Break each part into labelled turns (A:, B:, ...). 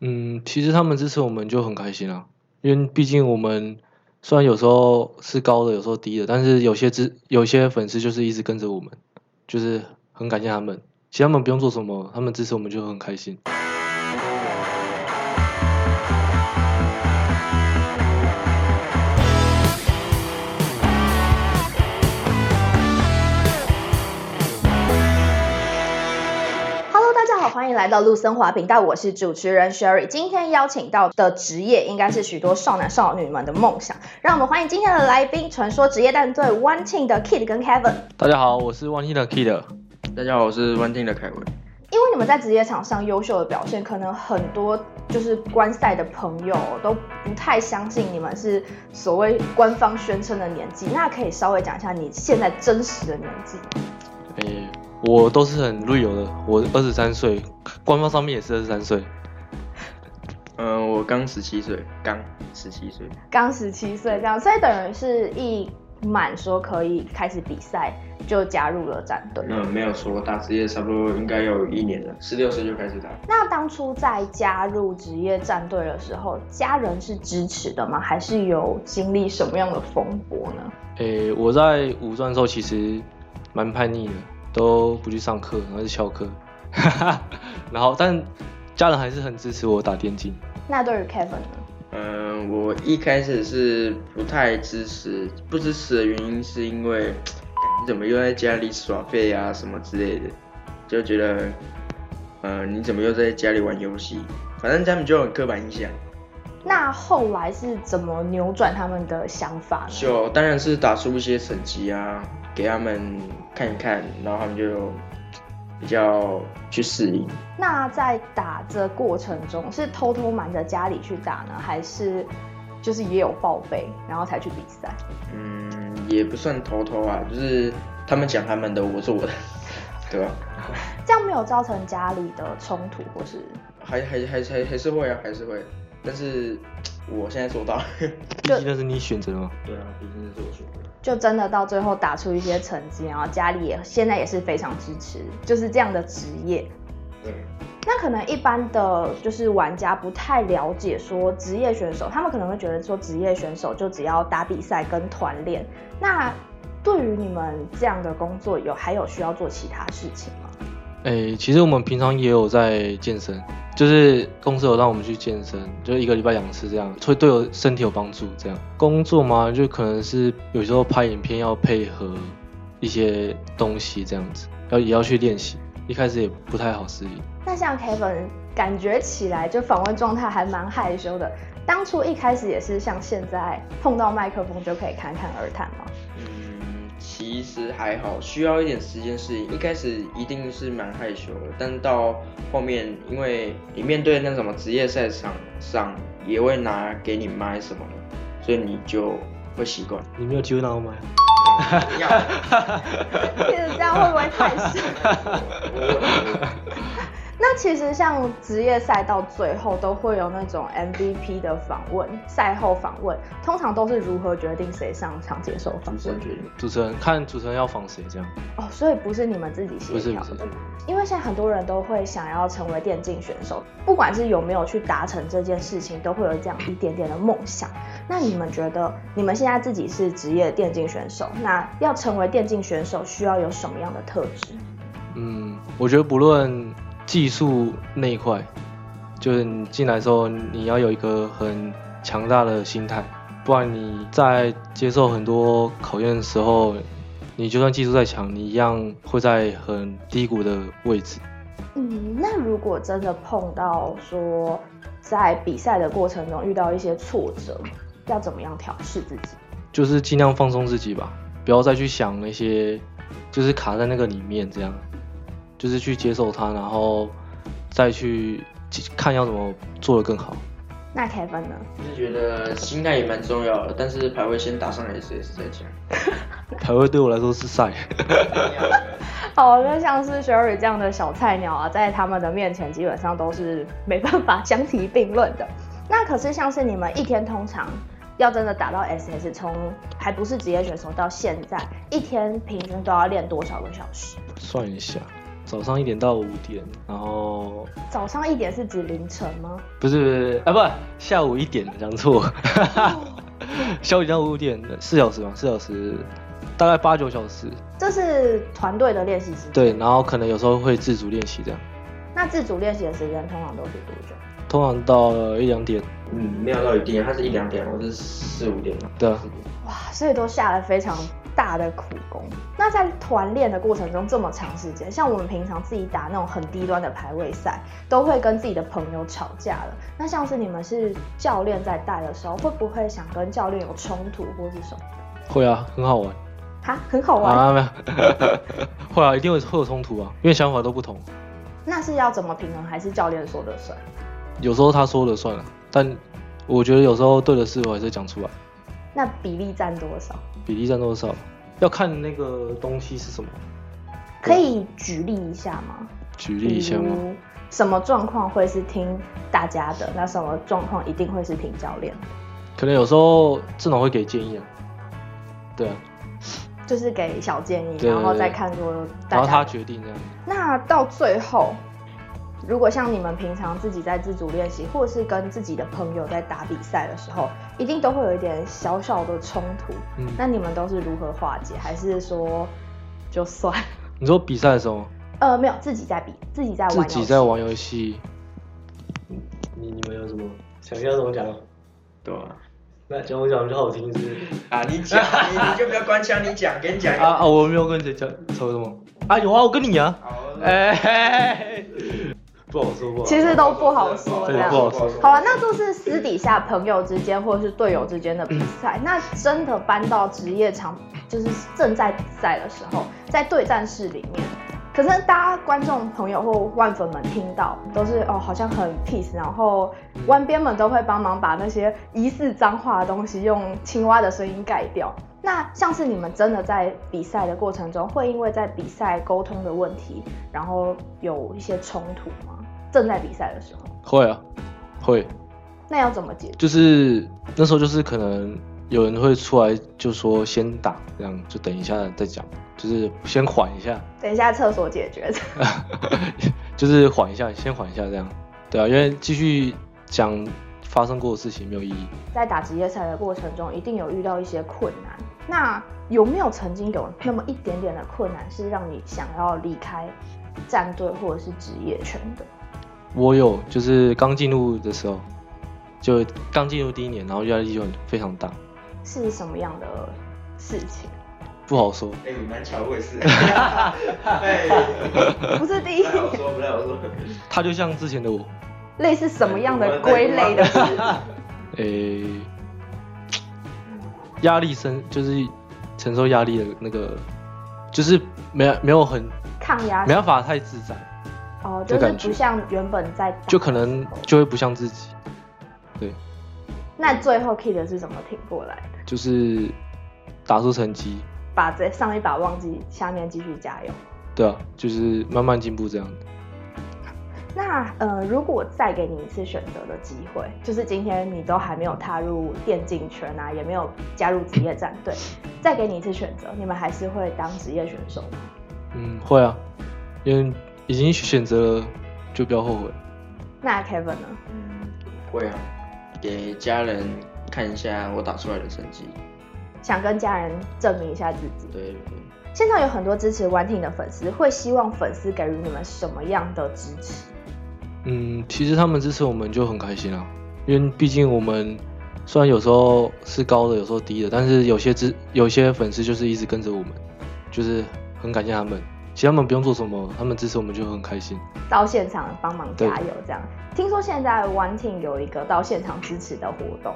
A: 嗯，其实他们支持我们就很开心啊，因为毕竟我们虽然有时候是高的，有时候低的，但是有些支有些粉丝就是一直跟着我们，就是很感谢他们。其实他们不用做什么，他们支持我们就很开心。
B: Hello，大家好，欢迎来到陆森华频道，我是主持人 Sherry。今天邀请到的职业应该是许多少男少女们的梦想，让我们欢迎今天的来宾——传说职业战队 One Team 的 Kid 跟 Kevin。
A: 大家好，我是 One Hit Kid。
C: 大家好，我是 One Team 的凯文。
B: 因为你们在职业场上优秀的表现，可能很多就是观赛的朋友都不太相信你们是所谓官方宣称的年纪。那可以稍微讲一下你现在真实的年纪？
A: 诶、我都是很 real 的，我二十三岁，官方上面也是二十三岁。
C: 嗯、我刚十七岁，刚十七岁。
B: 刚十七岁这样，所以等于是一满说可以开始比赛，就加入了战队。
C: 那嗯没有说打职业，差不多应该有一年了，十六岁就开始打。
B: 那当初在加入职业战队的时候，家人是支持的吗？还是有经历什么样的风波呢？
A: 诶、我在五专的时候其实蛮叛逆的，都不去上课，然后就翘课， 哈哈。然后但家人还是很支持我打电竞。
B: 那对于 Kevin 呢？
C: 嗯、我一开始是不太支持，不支持的原因是因为你怎么又在家里耍废啊什么之类的，就觉得，呃，你怎么又在家里玩游戏？反正他们就很刻板印象，
B: 那后来是怎么扭转他们的想法呢？
C: 就当然是打出一些成绩啊，给他们看一看，然后他们就比较去适应。
B: 那在打这过程中，是偷偷瞒着家里去打呢，还是就是也有报备，然后才去比赛？
C: 嗯，也不算偷偷啊，就是他们讲他们的，我做我的， 对吧？
B: 这样没有造成家里的冲突或是
C: 还还还还还是会啊，还是会，但是我现在做到。
A: 毕竟那是你选择嘛。
C: 对啊，毕竟是我选的。
B: 就真的到最后打出一些成绩，然后家里也现在也是非常支持，就是这样的职业。
C: 对，
B: 那可能一般的就是玩家不太了解说职业选手，他们可能会觉得说职业选手就只要打比赛跟团练。那对于你们这样的工作有还有需要做其他事情吗？
A: 诶、其实我们平常也有在健身，就是公司有让我们去健身，就一个礼拜两次这样，会对我身体有帮助。这样工作嘛，就可能是有时候拍影片要配合一些东西这样子，要也要去练习。一开始也不太好适应。
B: 那像 Kevin 感觉起来就访问状态还蛮害羞的，当初一开始也是像现在碰到麦克风就可以侃侃而谈吗？
C: 嗯，其实还好，需要一点时间适应。一开始一定是蛮害羞的，但到后面，因为你面对那什么职业赛场上，也会拿给你麦什么的，所以你就会习惯。
A: 你没有机会拿我买。
C: 要，
B: 其实这样会不会太小？那其实像职业赛到最后都会有那种 MVP 的访问，赛后访问通常都是如何决定谁上场接受访
C: 主持
B: 问
C: 人决定。
A: 主持人看主持人要仿谁这样，
B: 哦，所以不是你们自己
A: 不
B: 协
A: 是
B: 调
A: 不是
B: 的。。因为现在很多人都会想要成为电竞选手，不管是有没有去达成这件事情，都会有这样一点点的梦想。那你们觉得，你们现在自己是职业电竞选手，那要成为电竞选手需要有什么样的特质？
A: 嗯，我觉得不论技术那一块，就是你进来之后，你要有一个很强大的心态，不然你在接受很多考验的时候，你就算技术再强，你一样会在很低谷的位置。
B: 嗯，那如果真的碰到说在比赛的过程中遇到一些挫折，要怎么样调试自己？
A: 就是尽量放松自己吧，不要再去想那些，就是卡在那个里面这样，就是去接受它，然后再去看要怎么做得更好。
B: 那 Kevin 呢？
C: 就是觉得心态也蛮重要的，但是排位先打上 SS 再讲。
A: 排位对我来说是赛。
B: 哦，那像是 Sherry 这样的小菜鸟啊，在他们的面前基本上都是没办法相提并论的。那可是像是你们一天通常要真的打到 SS，从还不是职业选手到现在，一天平均都要练多少个小时？
A: 算一下，早上一点到五点，然后
B: 早上一点是指凌晨吗？
A: 不是不是啊，不下午一点讲错， 下午一点到五点四小时嘛，四小时大概八九小时，
B: 这是团队的练习时间。
A: 对，然后可能有时候会自主练习这样，
B: 那自主练习的时间通常都是多久？
A: 通常到一两点，
C: 嗯，没有到一定，它是一两点，我是四五点嘛。
A: 对啊
C: 四五点
B: 哇，所以都下了非常大的苦功。那在团练的过程中，这么长时间，像我们平常自己打那种很低端的排位赛，都会跟自己的朋友吵架了。那像是你们是教练在带的时候，会不会想跟教练有冲突或是什么？
A: 会啊，很好玩
B: 哈，很好玩。
A: 啊，没有， 会啊，一定会会有冲突啊，因为想法都不同，
B: 那是要怎么平衡？还是教练说了算？
A: 有时候他说了算了，但我觉得有时候对的事我还是讲出来，
B: 那比例占多少？
A: 比例占多少，要看那个东西是什么，
B: 可以举例一下吗？
A: 举例一下
B: 比
A: 吗？
B: 如嗯什么状况会是听大家的？那什么状况一定会是听教练的？
A: 可能有时候这种会给建议啊，对啊，
B: 就是给小建议，
A: 对
B: 然后再看说
A: 然
B: 大
A: 后他
B: 家。
A: 决定这样。
B: 那到最后，如果像你们平常自己在自主练习，或者是跟自己的朋友在打比赛的时候，一定都会有一点小小的冲突。
A: 嗯
B: 那你们都是如何化解？还是说就算？
A: 你说比赛的时候，
B: 呃，没有， 自己在比，自己在玩
A: 自
B: 游戏。
A: 己在玩游戏，你你们有什么想要怎么讲？
C: 对啊。
A: 那讲我讲比较好听是
C: 啊，你 讲，你你就不要官腔，你讲，跟你讲。
A: 啊啊，我没有跟谁讲，抽什么啊？有啊，我跟你啊，
C: 好，那
A: 哎、嘿嘿嘿不好说，不好说。
B: 其实都不好说这
A: 对
B: 样
A: 不。好说
B: 好了，那这是私底下朋友之间或者是队友之间的比赛。那真的搬到职业场，就是正在比赛的时候，在对战室里面，可是大家观众朋友或万粉们听到都是哦，好像很 peace，然后弯边们都会帮忙把那些疑似脏话的东西用青蛙的声音盖掉。那像是你们真的在比赛的过程中，会因为在比赛沟通的问题，然后有一些冲突吗？正在比赛的时候，
A: 会啊，会，
B: 那要怎么解决？
A: 就是那时候就是可能有人会出来就说先打，这样就等一下再讲，就是先缓一下，
B: 等一下厕所解决。
A: 就是缓一下，先缓一下这样。对啊，因为继续讲发生过的事情没有意义。
B: 在打职业赛的过程中，一定有遇到一些困难。那有没有曾经有那么一点点的困难，是让你想要离开战队或者是职业圈的？
A: 我有，就是刚进入的时候，就刚进入第一年，然后压力就很非常大，
B: 是什么样的事情？
A: 不好说。
C: 哎，你蛮巧，我也 是。哎，
B: 不是第一
C: 不太，好说，不太好说。
A: 他就像之前的我，
B: 类似 什么样的归类的事？
A: 诶、压力生就是承受压力的那个，就是没有没有很
B: 抗压
A: 没办法太自在，
B: 哦，就
A: 的
B: 是
A: 感觉
B: 不像原本在打的时候
A: 就可能就会不像自己。对，
B: 那最后 Kid 是怎么挺过来的？
A: 就是打出成绩，
B: 把这上一把忘记，下面继续加油。
A: 对啊，就是慢慢进步这样。
B: 那呃，如果再给你一次选择的机会，就是今天你都还没有踏入电竞圈啊，也没有加入职业战队，再给你一次选择，你们还是会当职业选手吗？
A: 嗯，会啊，因为已经选择了，就不要后悔。
B: 那 Kevin 呢？
C: 嗯，会啊，给家人看一下我打出来的成绩。
B: 想跟家人证明一下自己。
C: 对，
B: 现场有很多支持 One Team 的粉丝，会希望粉丝给予你们什么样的支持？
A: 嗯，其实他们支持我们就很开心啊，因为毕竟我们虽然有时候是高的，有时候低的，但是有些支有些粉丝就是一直跟着我们，就是很感谢他们。其实他们不用做什么，他们支持我们就很开心。
B: 到现场帮忙
A: 对
B: 加油这样。听说现在 One Team 有一个到现场支持的活动，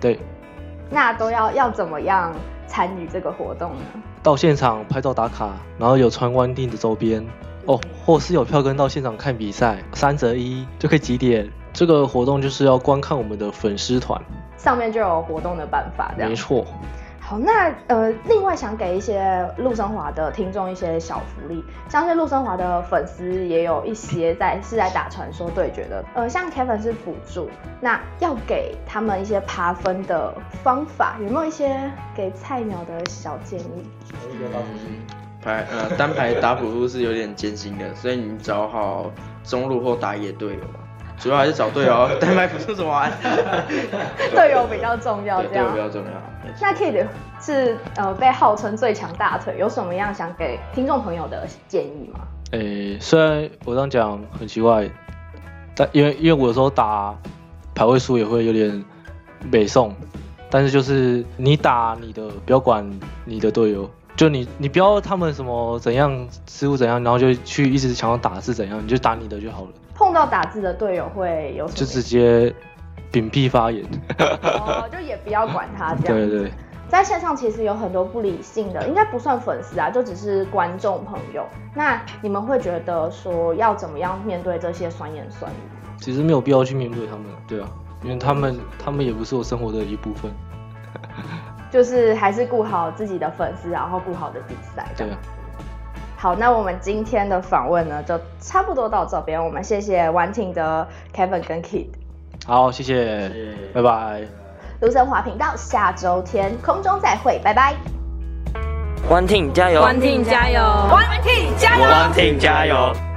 A: 对，
B: 那都要要怎么样参与这个活动呢？
A: 到现场拍照打卡，然后有穿湾定的周边哦，或是有票根到现场看比赛，三折一就可以几点。这个活动就是要观看我们的粉丝团，
B: 上面就有活动的办法这
A: 没
B: 样。
A: 错。
B: 好，那呃，另外想给一些陆生华的听众一些小福利，像是陆生华的粉丝也有一些在是在打传说对决的，呃，像 Kevin 是辅助，那要给他们一些爬分的方法，有没有一些给菜鸟的小建议？
C: 嗯排呃单排打辅路是有点艰辛的，所以你找好中路或打野队友吧，主要还是找队友，单排辅助怎么玩？
B: 队友比较重要，
C: 对
B: 这
C: 队友
B: 样
C: 比。较重要。没错
B: 那 Kid 是呃被号称最强大腿，有什么样想给听众朋友的建议吗？
A: 诶、虽然我这样讲很奇怪，但因为因为我有时候打排位数也会有点北宋，但是就是你打你的，不要管你的队友，就你你不要他们什么怎样失误怎样，然后就去一直想要打是怎样，你就打你的就好了，
B: 碰到打字的队友会有什么？
A: 就直接屏蔽发言。
B: 哦，就也不要管他这
A: 对
B: 样。
A: 对，
B: 在线上其实有很多不理性的，应该不算粉丝啊，就只是观众朋友。那你们会觉得说要怎么样面对这些酸言酸语？
A: 其实没有必要去面对他们，对啊，因为他们他们也不是我生活的一部分，
B: 就是还是顾好自己的粉丝，然后顾好的比赛。这
A: 对啊。
B: 样好，那我们今天的访问呢，就差不多到这边。我们谢谢 One Team 的 Kevin 跟 Kid，
A: 好，谢谢，
C: 谢谢
A: 拜拜。
B: 卢森华频道下周天空中再会，拜拜。
D: One Team 加油
E: 关 team 加油！
D: ！One Team 加油！